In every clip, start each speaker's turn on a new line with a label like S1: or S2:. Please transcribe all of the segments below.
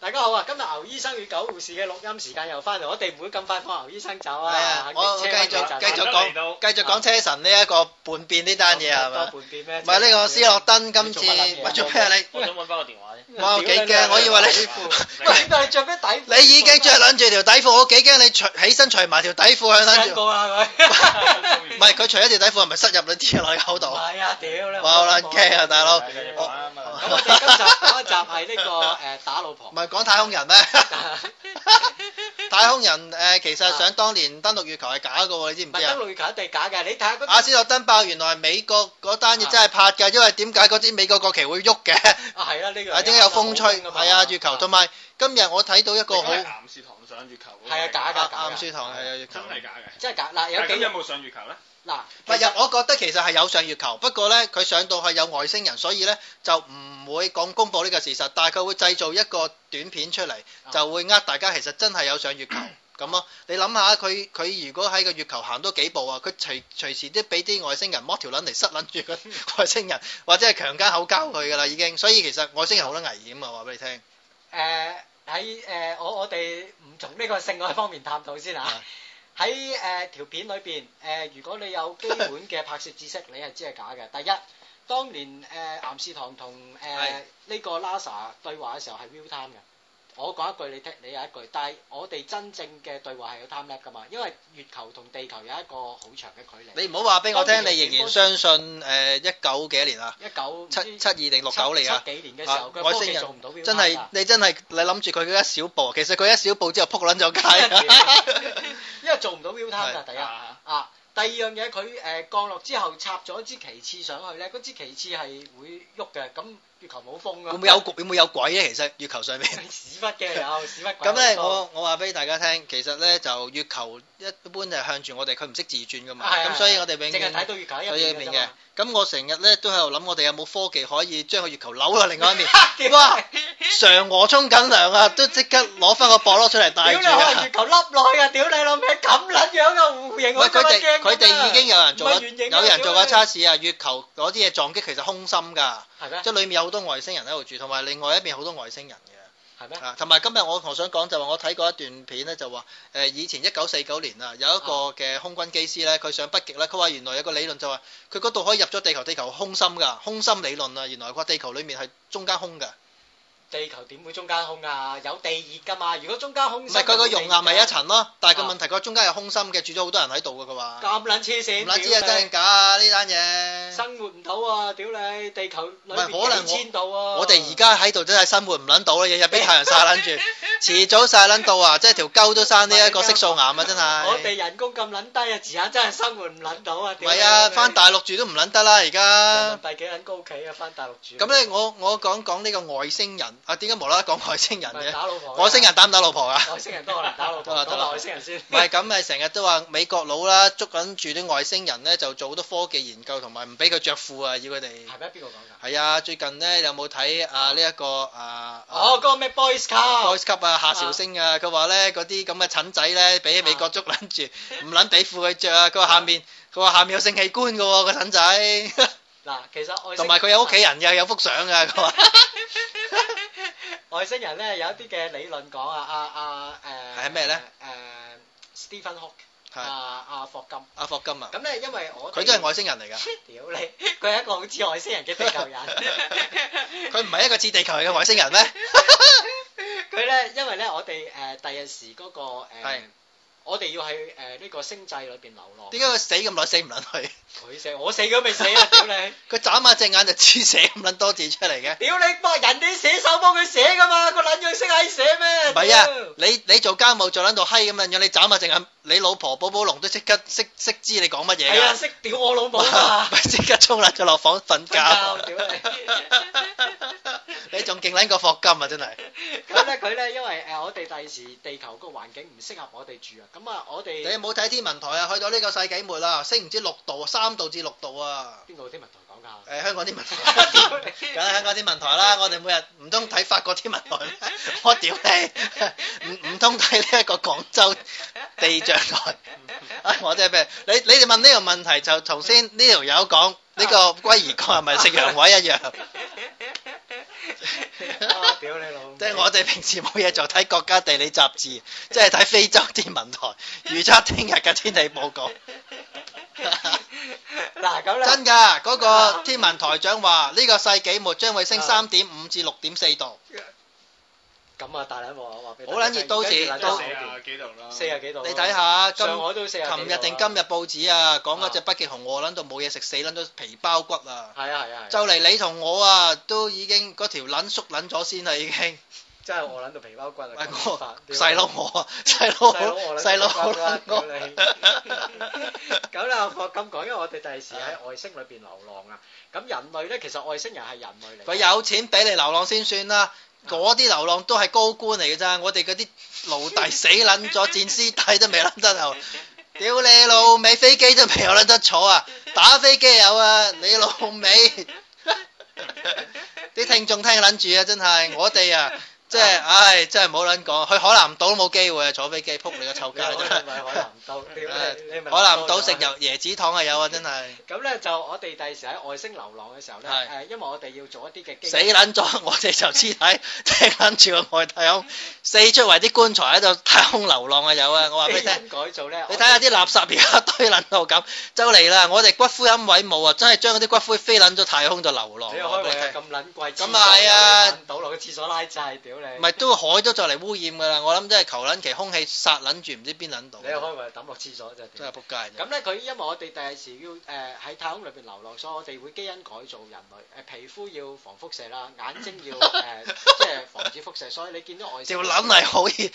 S1: 大家好啊！今日牛醫生與狗護士嘅錄音時間又翻嚟，我哋唔會咁快放牛醫生走
S2: 係啊
S1: 啊！
S2: 我我
S1: 車
S2: 繼
S1: 位
S2: 續
S1: 就
S2: 繼續
S1: 等
S2: 講
S3: 嚟到
S2: 繼續講車神呢一個叛變呢單嘢係
S1: 多
S2: 嘛？
S1: 半邊咩？
S2: 唔係呢個斯諾登今次
S1: 你做乜撚嘢
S2: 喂做咩啊你？
S3: 我想揾翻個電話啫。
S2: 哇我幾驚，我以為 你
S1: 你喂，到你着咩底褲？
S2: 你已經着撚住條底褲，我幾驚你除起身除埋條底褲向撚
S1: 兩
S2: 住。
S1: 個啦佢。
S2: 唔係佢除咗條底褲係咪塞入你啲嘢落去口度？
S1: 唔
S2: 哇
S1: 係啊！屌你！
S2: 好撚驚啊大佬！
S3: 係
S2: 唔
S3: 啊玩啊嘛
S1: 咁我哋今集講一集係 呢個誒打老婆。
S2: 係講太空人咩？ 太空人誒其實想當年登陸月球係假嘅喎，你知
S1: 唔
S2: 唔知
S1: 係
S2: 啊？
S1: 登女球一定假嘅，你睇下嗰啲
S2: 阿斯諾登爆原來美國嗰單嘢真係拍㗎，因為點解嗰啲美國國旗會 喐嘅？
S1: 啊係啦，呢個
S2: 啊點解有風吹？係啊，月球同埋今日我睇到一個好
S3: 你講係岩士堂上月球嗰個
S1: 係啊假㗎
S2: 啱書堂係啊月球
S3: 真。係假嘅。
S1: 真係假嗱，有
S3: 但係咁
S1: 幾
S3: 有冇上月球咧？
S1: 嗱，
S2: 唔係，我覺得其實係有上月球，不過咧佢上到去有外星人，所以咧就唔會講公佈呢個事實，但係佢會製造一個短片出嚟，就會呃大家其實真係有上月球咁咯。你諗下佢佢如果喺個月球行多幾步啊，佢隨隨時都俾啲外星人剝條撚嚟塞撚住個 外星人，或者係強姦口交佢噶啦已經。所以其實外星人好撚危險啊！話俾你聽，
S1: 誒呃喺誒我我哋唔從呢個性愛方面探討先嚇
S2: 啊。
S1: 喺誒條片裏邊誒，如果你有基本嘅拍攝知識，你係知係假嘅。 第一，當年呃誒岩士堂同誒
S2: 係
S1: 呢個 NASA 對話嘅時候係 real time 嘅。我講一句你聽，你有一句，但係我哋真正嘅對話係有 time lapse 噶嘛，因為月球同地球有一個好長嘅距離。
S2: 你唔好話俾我聽，你仍然相信誒一九幾年啊，
S1: 一九唔知
S2: 七七二定六九嚟啊？
S1: 七幾年嘅時候，
S2: 啊
S1: 佢
S2: 外
S1: 科技
S2: 星人
S1: 做唔到 real
S2: 真係
S1: time 㗎
S2: 你真係你諗住佢一小步，其實佢一小步之後撲撚 咗街。啊
S1: 因為做唔到 real time 㗎，第一。
S3: 啊
S1: 啊，第二樣嘢佢誒降落之後插咗支旗幟上去咧，嗰支旗幟係會喐嘅，咁月球冇風
S2: 會
S1: 噶。
S2: 唔會有會唔會有鬼咧？其實月球上面。
S1: 屎忽嘅有屎忽鬼
S2: 咁
S1: 好多。
S2: 咧，我我話俾大家聽，其實咧就月球一般係向住我哋，佢唔識自轉噶嘛。
S1: 係啊
S2: 咁所以我哋永
S1: 淨係睇
S2: 遠
S1: 到月球
S2: 佢
S1: 喺
S2: 一
S1: 入邊
S2: 面
S1: 嘅啫
S2: 嘅
S1: 嘛。。
S2: 咁我成日咧都喺度諗，我哋有冇科技可以將個月球扭去另外一面？
S1: 哇！
S2: 嫦娥沖緊涼啊，都即刻攞翻個博攞出嚟
S1: 屌
S2: 戴
S1: 你
S2: 住
S1: 可能
S2: 啊
S1: 月！球凹落去啊！屌你老味咁撚樣嘅弧形，
S2: 喂，
S1: 我
S2: 佢
S1: 真係
S2: 哋
S1: 驚啊
S2: 佢哋已經有人做
S1: 唔係
S2: 過
S1: 圓形啊
S2: 有人做過
S1: 屌
S2: 測試啊，月球嗰啲嘢撞擊其實空心㗎。
S1: 係咩？
S2: 即係裏面有好多外星人喺度住，同埋另外一邊好多外星人嘅。
S1: 係咩？
S2: 啊，同埋今日我我想講就話我睇過一段片咧，就話誒、呃以前一九四九年啊，有一個嘅空軍機師咧，佢上北極咧，佢話原來有個理論就話佢嗰度可以入咗地球，地球空心㗎，空心理論啊，原來佢話地球裡面係中間空㗎，
S1: 地球點會中間空啊？有地熱㗎嘛？如果中間空，
S2: 唔係佢個容壓咪一層咯，但係個
S1: 啊
S2: 問題佢話中間係空心嘅，住咗好多人喺度㗎，佢話。
S1: 咁撚黐線。
S2: 唔撚知
S1: 屌你
S2: 啊真定假啊呢單嘢，
S1: 生活唔到啊！屌你，地球裏
S2: 唔係可
S1: 邊
S2: 能
S1: 幾千度啊！
S2: 我哋而家喺度真係生活唔撚到啦，日日俾太陽曬 撚住，遲早曬撚到啊！即係條鳩都生呢一個色素癌啊！真係。
S1: 我哋人工咁撚低啊，自眼真係生活唔撚到啊！
S2: 唔
S1: 屌
S2: 係啊，
S1: 你
S2: 翻大陸住都唔撚得啦而
S1: 人
S2: 家
S1: 民。幣幾撚高企啊，翻大陸住。
S2: 咁咧，我我講講呢個外星人啊，點解無啦啦講外星人
S1: 咪
S2: 嘅？
S1: 打老婆啊。
S2: 外星人打唔打老婆 啊？
S1: 外星人都可能打老
S2: 得
S1: 婆，
S2: 啦得
S1: 講
S2: 啦
S1: 埋外星人先。
S2: 唔係咁咪成日都話美國佬啦，捉緊住啲外星人咧，就做好多科技研究，同埋唔俾佢着褲啊，要佢哋。
S1: 係咩？邊個講㗎？
S2: 係啊，最近咧有冇睇啊呢一個啊？啊
S1: 哦，嗰個咩 Ờ, Boys Club，
S2: Boys Club 啊，夏韶聲啊，佢話咧嗰啲咁嘅蠢仔咧，俾喺美國捉撚住，唔撚俾褲佢着啊！佢話下面，佢話下面有性器官嘅喎個蠢仔，
S1: 嗱，其實外星
S2: 同埋佢有屋
S1: Ờ,
S2: 企人嘅，有幅相嘅， 佢話
S1: 外星人咧有一啲嘅理論講啊啊啊誒
S2: 係咩咧？
S1: 誒 à, Stephen Hawking À, 啊
S2: 係
S1: 啊霍金，
S2: 阿霍金啊，
S1: 咁咧因為我哋
S2: 佢都係外星人嚟㗎，
S1: 屌你，佢係一個好似外星人嘅地 球人。
S2: 佢唔係一個似地球人嘅外星人 咩？
S1: 佢咧，因為咧，我哋誒第日時嗰個誒
S2: 係
S1: 我哋要喺誒呢個星際裏邊流浪。
S2: 點解佢死咁耐死唔撚去？
S1: 佢死，我死都未死 啊！屌你，
S2: 佢眨下隻眼就黐寫咁撚多字出嚟嘅。
S1: 屌你，哇！人哋寫手幫佢寫噶嘛，個撚樣識閪寫咩？
S2: 唔係啊
S1: 屌！
S2: 你你做家務做撚到閪咁樣樣，你眨下隻眼，你老婆寶寶龍都即刻識識知你講乜嘢
S1: 係啊，
S2: 㗎，
S1: 識屌我老母啊！
S2: 咪即刻衝撚咗落房瞓覺。
S1: 瞓覺屌你！
S2: 你仲勁撚過霍金啊！真係，
S1: 咁咧，佢咧，因為誒我哋第時地球個環境唔適合我哋住啊，咁啊，我
S2: 你
S1: 哋
S2: 冇睇天文台啊？去到呢個世紀末啦，升唔知六度，三度至六度啊！
S1: 邊個天文台講㗎？
S2: 誒、香港天文 台，
S1: 屌你
S2: 梗係香港天文台啦！我哋每日唔通睇法國天文 台咩？我屌你，唔唔通睇呢一個廣州地象台？啊！我真係咩？你你哋問呢個問題就頭先呢條友講呢個龜兒哥係咪食陽痿一樣？
S1: 啊屌你老母！
S2: 即係我哋平時冇嘢做，睇國家地理雜誌，即係睇非洲天文台預測聽日嘅天氣報 告。
S1: 嗱咁啦，
S2: 真㗎，嗰、個天文台長話呢個世紀末將會升
S1: 啊
S2: 三點五至六點四度。
S1: 咁啊大撚鑊啊話俾
S2: 好撚熱都
S1: 市
S2: 似
S3: 都
S2: 都
S3: 四啊幾度啦，
S1: 四啊幾度，
S2: 你睇下今
S1: 上海都四啊幾度
S2: 琴
S1: 啦，
S2: 日定今日報紙啊，講嗰只北極熊餓撚到冇嘢食，死撚咗皮包骨啊！
S1: 係啊係啊係啊，
S2: 就嚟你同我啊，都已經嗰條撚縮撚咗先啦，已經。
S1: 真係我撚到皮包骨啊！
S2: 喂，
S1: 咁
S2: 我
S1: 發屌
S2: 細佬我啊，細佬
S1: 細佬我
S2: 我
S1: 撚
S2: 細佬
S1: 到皮包骨啊
S2: 我
S1: 屌你 咁啦，我咁講，因為我哋第時喺外星裏邊流浪啊，咁人類咧其實外星人係人類嚟
S2: 佢
S1: 嘅，
S2: 有錢俾你流浪先算啦。嗰啲流浪都係高官嚟嘅咋，我哋嗰啲奴隸死撚咗，戰師弟都未撚得頭。屌你老味，飛機都未有撚得坐啊！打飛機有啊，你老味。 啲聽眾聽撚住啊，真係我哋啊，即係唉，真係冇撚講，去海南島都冇機會啊，坐飛機撲你個臭
S1: 你
S2: 街
S1: 可
S2: 真
S1: 以。
S2: 係
S1: 咪海南 島，屌你你咪
S2: 海南島食
S1: 咗
S2: 油椰子糖係有啊，真係
S1: 咁咧就我哋第時喺外星流浪嘅時候咧，
S2: 係
S1: 誒，因為我哋要做一啲嘅經
S2: 死撚咗， 我哋就屍體聽撚住個外太空，四出圍啲棺材喺度太空流浪啊有啊，我話俾你
S1: 基
S2: 聽。
S1: 因改造咧，
S2: 你睇下啲垃圾而家堆撚到咁，就嚟啦！我哋骨灰龛位冇啊，真係將嗰啲骨灰飛撚咗太空度流浪。
S1: 你又
S2: 我
S1: 開
S2: 話俾你
S1: 胃
S2: 聽
S1: 咁撚貴，
S2: 咁啊係啊
S1: 倒落個廁所拉掣，屌你！
S2: 唔係都海都就嚟污染㗎啦！我諗真係求撚其空氣殺撚住，唔知邊撚度。
S1: 你又開胃抌落廁所啫。
S2: 真係仆街啫！
S1: 咁咧，佢因為我哋第時要誒喺太空裏邊流浪，所以我哋會基因改造人類，誒皮膚要防輻射啦，眼睛要誒 即係防止輻射，所以你見到外星
S2: 條撚係好易，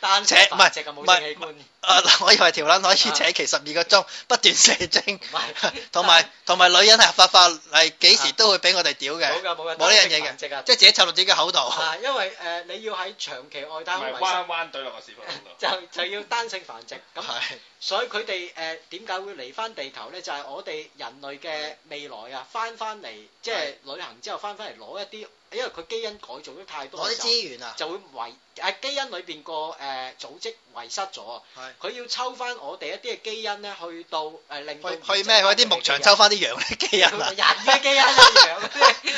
S1: 單
S2: 扯
S1: 隻
S2: 唔係
S1: 隻嘅冇
S2: 唔係
S1: 性器官，唔
S2: 啊我以為條撚可以扯其十二個鐘，不斷射精，
S1: 係
S2: 同埋同埋女人係合法化，係幾時都會俾我哋屌嘅，
S1: 冇㗎冇㗎，
S2: 冇呢樣嘢嘅
S1: 單隻繁殖啊！
S2: 即係自己插落自己嘅口度。
S1: 啊，因為誒你要喺長期外太
S3: 唔
S1: 空
S3: 係
S1: 維生
S3: 彎。彎對落個屎忽窿度。
S1: 就就要單性繁殖，咁
S2: 係
S1: 所以佢哋誒點解會嚟翻地球咧？就係、我哋人類嘅未來啊，翻翻嚟即係旅行之後翻翻嚟攞一啲，因為佢基因改造咗太多
S2: 攞
S1: 嘅
S2: 啲
S1: 時候，
S2: 資源啊！
S1: 就會遺誒基因裏邊個誒組織遺失咗啊
S2: 係。
S1: 佢要抽翻我哋一啲嘅基因咧，去到誒、令
S2: 去
S1: 到
S2: 去咩？去啲牧場抽翻啲羊啲基因
S1: 人
S2: 啊！
S1: 嘅基因一樣，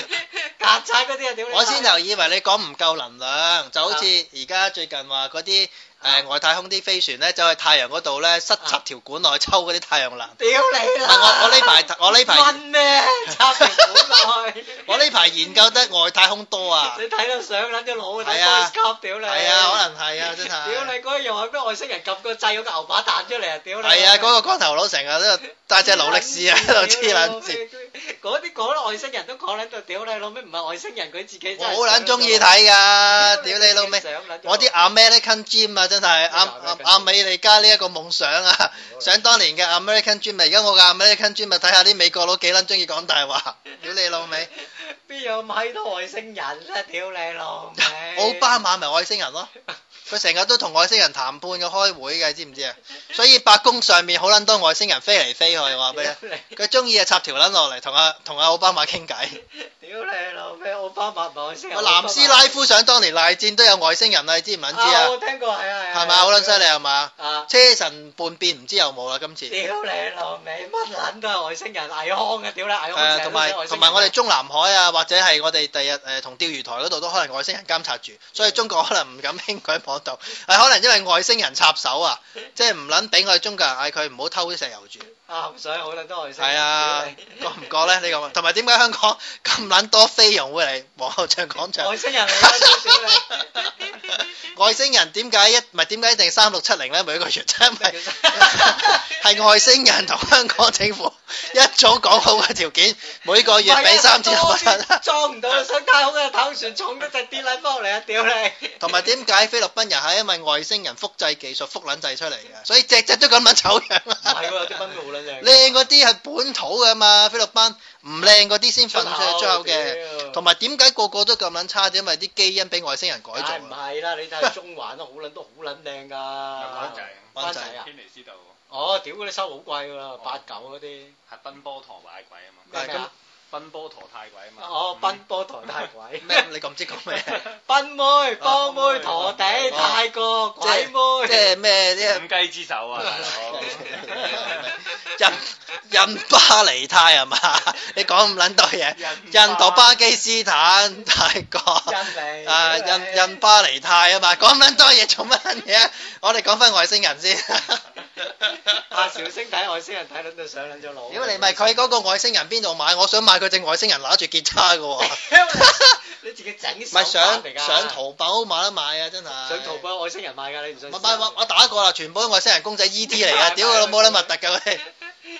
S1: 曱甴嗰啲啊屌你！
S2: 我先頭以為你講唔夠能量，就好似而家最近話嗰啲誒外太空啲飛船咧，走去太陽嗰度咧，塞插條管落去抽嗰啲太陽能。
S1: 屌你
S2: 我
S1: 啦！
S2: 我呢排 我呢排
S1: 問咩插條管落去？
S2: 我呢排研究得外太空多 啊，
S1: 你睇到上撚咗腦啊！睇
S2: 係啊
S1: boys club 屌你！
S2: 係啊，可能係 啊，真
S1: 屌你
S2: 係。
S1: 嗰日又係咩外星人撳個掣，有個牛扒彈出嚟啊！屌你！
S2: 係啊，嗰個光頭佬成日都帶隻勞力士啊喺度黐撚線，
S1: 嗰啲講得外星人都講撚到屌你老味，唔係外星人佢自己真
S2: 我
S1: 係
S2: 好撚中意睇㗎，屌你老味！
S1: 上撚咗
S2: 我啲 American Dream 啊，真係
S1: 咩叫
S2: 阿
S1: American
S2: 阿
S1: Dream？
S2: 阿美利加呢一個夢想啊！想當年嘅 American Dream 啊，而家我嘅 American Dream 咪睇下啲美國佬幾撚中意講 大話，屌你老味！
S1: 邊有咁閪多外星人啊！屌你老味！
S2: 奧巴馬咪外星人咯，佢成日都同外星人談判嘅開會嘅，知唔知啊？所以白宮上面好撚多外星人飛嚟飛去，我話俾
S1: 屌
S2: 你。
S1: 你
S2: 佢中意啊插條撚落嚟，同阿同阿奧巴馬傾偈。
S1: 屌你老味！奧巴馬唔係外星人。
S2: 阿南斯拉夫想當年賴戰都有外星人啊，你知唔撚知
S1: 啊啊！
S2: 啊？
S1: 我聽過係啊係啊。
S2: 係咪好撚犀利係嘛？
S1: 啊！
S2: 車神叛變唔知有冇啦今次。
S1: 屌你老味，乜撚都係外星人，倪康啊！屌你，倪康
S2: 誒
S1: 成
S2: 同
S1: 日都寫
S2: 埋
S1: 外星人
S2: 同埋 我哋中南海啊，或者係我哋第日誒同釣魚台嗰度都可能外星人監察住，所以中國可能唔敢輕舉妄動，係可能因為外星人插手啊，即係唔撚俾我哋中國人嗌佢唔好偷啲石油住，
S1: 啊，唔想好撚多外星人。
S2: 係啊
S1: 屌你，
S2: 覺唔覺咧？呢個同埋點解香港咁撚多菲傭會嚟皇后像廣場
S1: 外？星人嚟啦，少少啦。
S2: 外星人點解一唔係點解一定三六七零咧？每一個月 真係係外星人同香港政府一早講好嘅條件，每個月俾三千六七。
S1: 裝唔到上太空嘅太空船重得就跌撚翻落嚟啊！屌你，
S2: 同埋點解菲律賓人係因為外星人複製技術複撚製出嚟嘅，所以隻隻都咁撚醜樣
S1: 唔係
S2: 啊！
S1: 喎，有啲崩好撚靚。
S2: 靚嗰啲係本土嘅嘛，菲律賓唔靚嗰啲先
S1: 出
S2: 瞓出出口嘅。
S1: 屌
S2: 同埋點解個個都咁撚差？因為啲基因俾外星人改造
S1: 唉唔
S2: 啊！
S1: 係啦，你睇下中環都好撚都好撚靚
S3: 灣
S1: 㗎。
S3: 仔，
S1: 灣
S2: 灣
S1: 仔
S2: 仔
S1: 啊！
S3: 軒尼斯道
S1: 哦，屌嗰啲收好貴㗎啦，八九嗰啲。
S3: 係奔波陀擺鬼啊嘛。
S1: 咩
S2: 係
S1: 咩啊？
S4: 奔波陀太鬼啊嘛。
S1: 哦，奔波陀泰鬼，
S2: 咩？你咁 知講咩？
S1: 奔妹、波
S4: 哦奔
S1: 妹、
S4: 妹
S1: 陀地、
S4: 奔妹
S1: 泰國鬼
S2: 即
S1: 妹，
S2: 係咩？
S4: 嗯
S2: 呢
S4: 五雞之首啊，大佬。
S2: 印印巴尼泰係嘛？ 你講咁撚多嘢，印度、巴基斯坦、泰國。
S1: 印尼
S2: 啊！
S1: 真係
S2: 印印巴尼泰啊嘛，講咁撚多嘢做乜撚嘢啊？我哋講翻外星人先。
S1: 阿小星睇外星人睇撚到上撚咗腦。
S2: 屌你咪佢 嗰個外星人邊度買？我想買佢隻外星人拿住吉他嘅喎，
S1: 屌你，你自己整 手
S2: 咪
S1: 板
S2: 上
S1: 嚟㗎。
S2: 上淘寶冇得買啊！真係
S1: 上淘寶外星人買㗎，你唔信？
S2: 我買我我打過啦，全部都外星人公仔 E.T. 嚟啊！屌佢老母撚核突㗎佢。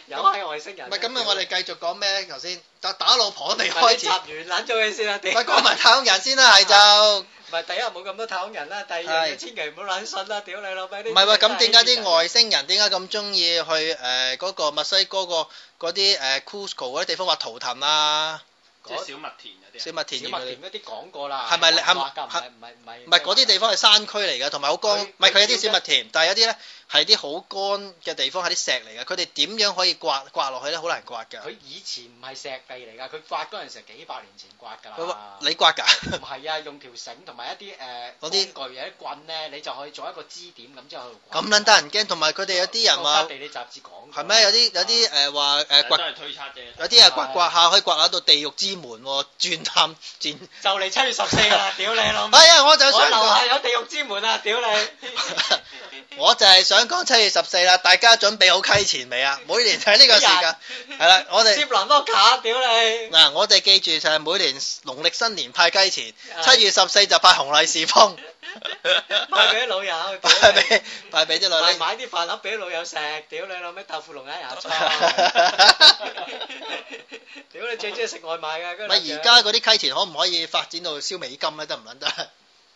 S1: 有係外星人。
S2: 唔係咁啊！我哋繼續講咩？頭先就打老婆未
S1: 唔係
S2: 開
S1: 你
S2: 始
S1: 插，完撚咗佢先啦，屌！
S2: 咪講埋太空人先啦，係就。
S1: 唔係第一冇咁多太空人啦，第二樣嘢千祈唔好撚信啦，屌你老味！呢
S2: 唔係喎，
S1: 啲真
S2: 咁
S1: 係
S2: 點解
S1: 欺騙
S2: 啲
S1: 人
S2: 外星人點解咁中意去誒嗰個墨西哥個嗰啲誒 Cusco 嗰啲地方畫圖騰啊？
S4: 即係小麥田嗰啲
S2: 小
S4: 啊。
S2: 麥田
S1: 小
S2: 園
S1: 麥
S2: 嗰啲
S1: 田，嗰啲講過啦，
S2: 係咪你
S1: 畫㗎？唔
S2: 係
S1: 係唔係唔係
S2: 唔係嗰啲地方係山區嚟嘅，同埋好乾，
S1: 佢
S2: 唔係佢有啲
S1: 佢
S2: 小麥田，但係有啲咧係啲好乾嘅地方，係啲石嚟嘅。佢哋點樣可以刮刮落去咧？好難刮㗎。
S1: 佢以前唔係石地嚟㗎，佢刮嗰陣時係幾百年前刮㗎
S2: 佢
S1: 啦
S2: 話。你刮㗎？
S1: 唔係啊，用條繩同埋一啲誒
S2: 嗰
S1: 工
S2: 啲
S1: 具有啲棍咧，你就可以做一個支點咁之後喺度刮。
S2: 咁撚得人驚，同埋佢哋有啲人
S1: 國
S2: 話
S1: 家地理雜誌講過
S2: 係咩？有啲有啲誒話誒
S4: 但係
S2: 刮
S4: 都。係推測啫。
S2: 有啲人刮刮下可以刮下到地獄之門喎，轉探轉，
S1: 就嚟七月十四啦，屌你
S3: 哦
S1: 老母！
S2: 哎呀，我就
S1: 我
S2: 想
S1: 樓
S2: 講
S1: 下，有地獄之門啊，屌你！
S2: 我就係想講七月十四啦，大家準備好溪錢未啊？每年喺呢個時間，係啦，我
S1: 接
S2: 哋
S1: 林多卡，屌你！
S2: 嗱，我哋記住就係每年農曆新年派雞錢，
S1: 係
S2: 七月十四就派紅利是封，
S1: 派俾啲老友，屌
S2: 派
S1: 你
S2: 俾派俾啲女
S1: 買
S2: 拎。
S1: 買啲飯盒俾老友食，屌你老味豆腐龍眼芽菜， 屌你最中意食外賣㗎嗰兩
S2: 咪
S1: 樣
S2: 而家嗰啲溪錢可唔可以發展到燒美金咧？得唔撚得？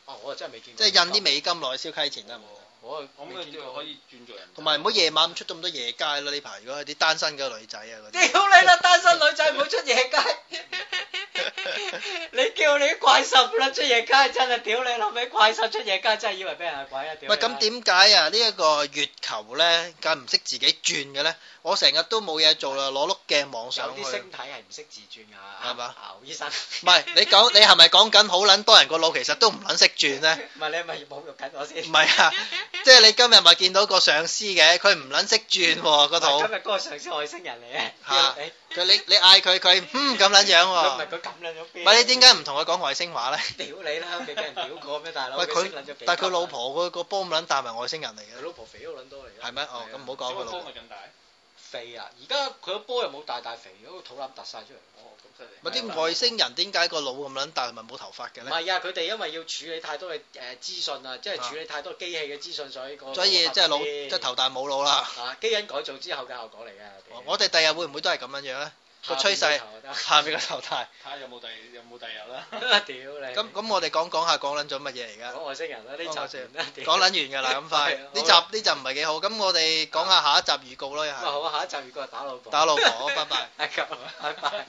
S1: 哦，我真係未見
S2: 即
S1: 過。
S2: 係印啲美金落去燒溪錢得唔得？
S1: 我
S4: 我
S1: 未
S4: 咁
S1: 見
S4: 佢
S1: 過
S4: 可。以轉做人。
S2: 同埋唔好夜晚咁出咁多夜街啦！呢排如果係啲單身嘅女仔啊嗰啲，
S1: 屌你啦，單身女仔唔好出夜街。你叫你啲怪獸啦出夜街真係屌你老味，怪獸出夜街真係以為俾人係鬼啊！屌你啦。
S2: 喂，咁點解啊？呢一個月球咧，梗唔識自己轉嘅咧？我成日都冇嘢做啦，攞碌鏡望上
S1: 有
S2: 去。
S1: 啲
S2: 唔
S1: 星體係唔識自轉㗎，
S2: 係嘛？
S1: 牛醫 生，唔
S2: 係你講，你係咪講緊好撚多人個腦其實都唔撚識轉咧？
S1: 係你係咪侮辱緊我先
S2: 唔？係啊，即係你今日咪見到個上司嘅，佢唔撚識轉喎個肚。
S1: 今日嗰個上司外星人嚟嘅，
S2: 嚇
S1: 屌你
S2: 佢你你嗌佢，佢嗯咁撚樣
S1: 佢唔
S2: 喎
S1: 係。佢咁撚咗邊？
S2: 唔係 你點解唔同佢講外星話咧？
S1: 屌你啦，未俾人屌過咩，大佬？
S2: 喂
S1: 佢
S2: 佢
S1: 識撚咗幾
S2: 但係佢
S1: 級啊
S2: 老，婆個個波唔撚大埋外星人嚟
S1: 佢
S2: 嘅，
S1: 老婆肥咗撚多嚟㗎。
S2: 係咩？哦，咁唔好
S4: 咁
S2: 講佢
S4: 個
S2: 老
S4: 波
S2: 婆。
S4: 咪更大。
S1: 肥啊！而家佢個波又冇大大肥，嗰個肚腩突晒出嚟。
S4: 哦，咁犀利。
S2: 咪啲外星人點解個腦咁撚大，咪冇頭髮嘅
S1: 唔
S2: 咧？
S1: 係啊！佢哋因為要處理太多嘅誒資訊啊，即係
S2: 啊
S1: 處理太多機器嘅資訊，所以個
S2: 所以即係腦即係頭大冇腦啦。
S1: 啊基因改造之後嘅效果嚟嘅。
S2: 我我哋第日會唔會都係咁樣樣咧？個
S1: Ờ,
S2: 趨勢下面個頭大。
S4: 睇下有冇第有冇第日啦。
S1: 屌你！
S2: 咁咁我哋講講下講撚咗乜嘢而家？
S1: 講外星人啦，呢集
S2: 講外星人
S1: 完啦，屌
S2: 講撚完㗎啦，咁快。
S1: 係啊
S2: 呢
S1: 好
S2: 集呢集唔係幾好，咁我哋講下下一集預告咯，又
S1: 咁啊
S2: 係。
S1: 好啊！下一集如果係打老婆，
S2: 打老婆，拜拜。
S1: 係咁，拜拜。